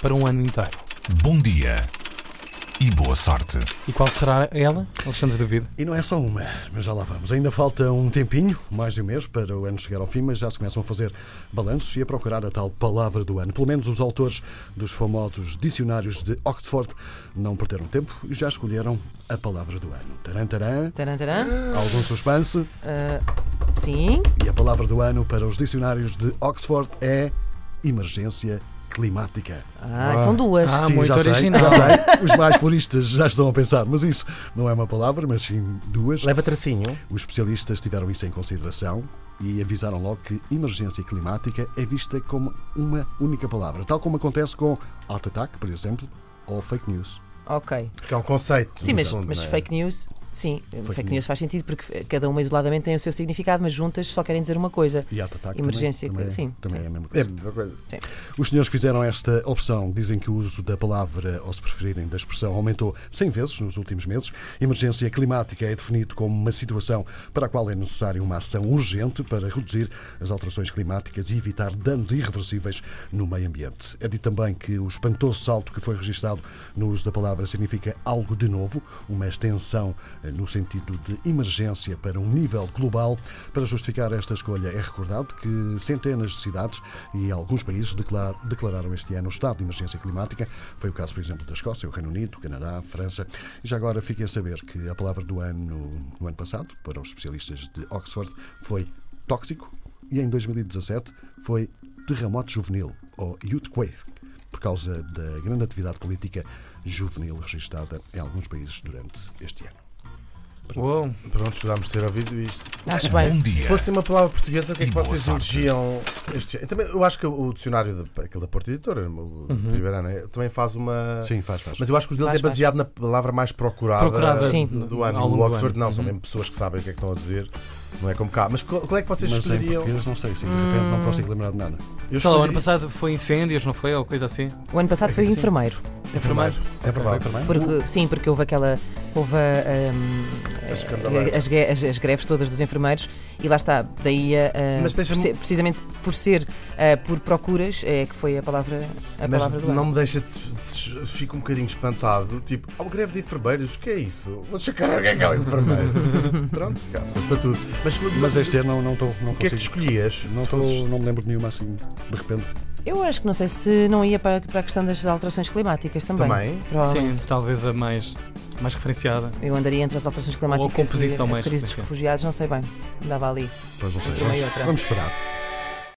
para um ano inteiro. Bom dia e boa sorte. E qual será ela, Alexandre David? E não é só uma, mas já lá vamos. Ainda falta um tempinho, mais de um mês, para o ano chegar ao fim, mas já se começam a fazer balanços e a procurar a tal palavra do ano. Pelo menos os autores dos famosos dicionários de Oxford não perderam tempo e já escolheram a palavra do ano. Taran, taran, Tarantarã. algum suspense. Sim. E a palavra do ano para os dicionários de Oxford é emergência climática. Ah, são duas. Ah, Sim, muito já sei, original. já sei. Os mais puristas já estão a pensar, mas isso não é uma palavra, mas sim duas. Leva tracinho. Os especialistas tiveram isso em consideração e avisaram logo que emergência climática é vista como uma única palavra, tal como acontece com heart attack, por exemplo, ou fake news. Ok. Porque é um conceito. Sim, mas, Não é? mas fake news. Sim, fake, Fake news. news. faz sentido porque cada uma isoladamente tem o seu significado, mas juntas só querem dizer uma coisa. E heart attack Emergência, também, também, sim, também sim. é a mesma É a coisa. mesma coisa. Os senhores que fizeram esta opção dizem que o uso da palavra, ou se preferirem, da expressão, aumentou 100 vezes nos últimos meses. Emergência climática é definido como uma situação para a qual é necessária uma ação urgente para reduzir as alterações climáticas e evitar danos irreversíveis no meio ambiente. É dito também que o espantoso salto que foi registado no uso da palavra significa algo de novo, uma extensão eh, no sentido de emergência para um nível global. Para justificar esta escolha, é recordado que centenas de cidades e alguns países declar- declararam este ano o estado de emergência climática. Foi o caso, por exemplo, da Escócia, o Reino Unido, o Canadá, a França. E já agora fiquem a saber que a palavra do ano, no ano passado, para os especialistas de Oxford, foi tóxico e em 2017 foi terremoto juvenil, ou youthquake por causa da grande atividade política juvenil registada em alguns países durante este ano. Uou. Pronto, estudámos ter ouvido isto. Acho Bom bem. dia. Se fosse uma palavra portuguesa, o que é E que boa vocês sorte. elegiam este ano? Também, eu acho que o dicionário da, aquele da Porta Editora, o uhum. também faz uma. Sim, faz, faz. Mas eu acho que os deles Faz, é baseado na palavra mais procurada, Procurada, Sim. do ano. ao longo O do Oxford ano. Uhum. não, são mesmo pessoas que sabem o que é que estão a dizer. Não é como cá. Mas qual, qual é que vocês Mas em escolheriam? português não sei, sim, de repente não consigo lembrar de nada. Eu Sei lá, o ano escolheria- passado foi incêndios, não foi? Ou coisa assim? O ano passado foi o enfermeiro. Enfermeiro. É verdade. Porque- sim, porque houve aquela. Houve a, hum, As escandalais. as, gue- as- as greves todas dos enfermeiros e lá está. Daí a. a- Mas deixa-me- por ser- precisamente por ser ah, por procuras, é que foi a palavra, a Mas palavra do não ano. me deixa de- fico um bocadinho espantado. Tipo, há uma greve de enfermeiros, o que é isso? Vou checar o que é que é o enfermeiro. Pronto, cá, pessoas para tudo. Mas, Mas este ano não, não, tô, não o que é que tu consigo. escolhias? Não, Se tô- fosses- não me lembro de nenhuma assim, de repente. Eu acho que não sei se não ia para, para a questão das alterações climáticas também. Também? Provavelmente. Sim, talvez a mais, mais referenciada. Eu andaria entre as alterações climáticas composição e a mais crise dos específica. refugiados, não sei bem. Dava ali. Pois não sei. Entre uma e outra. Vamos, vamos esperar.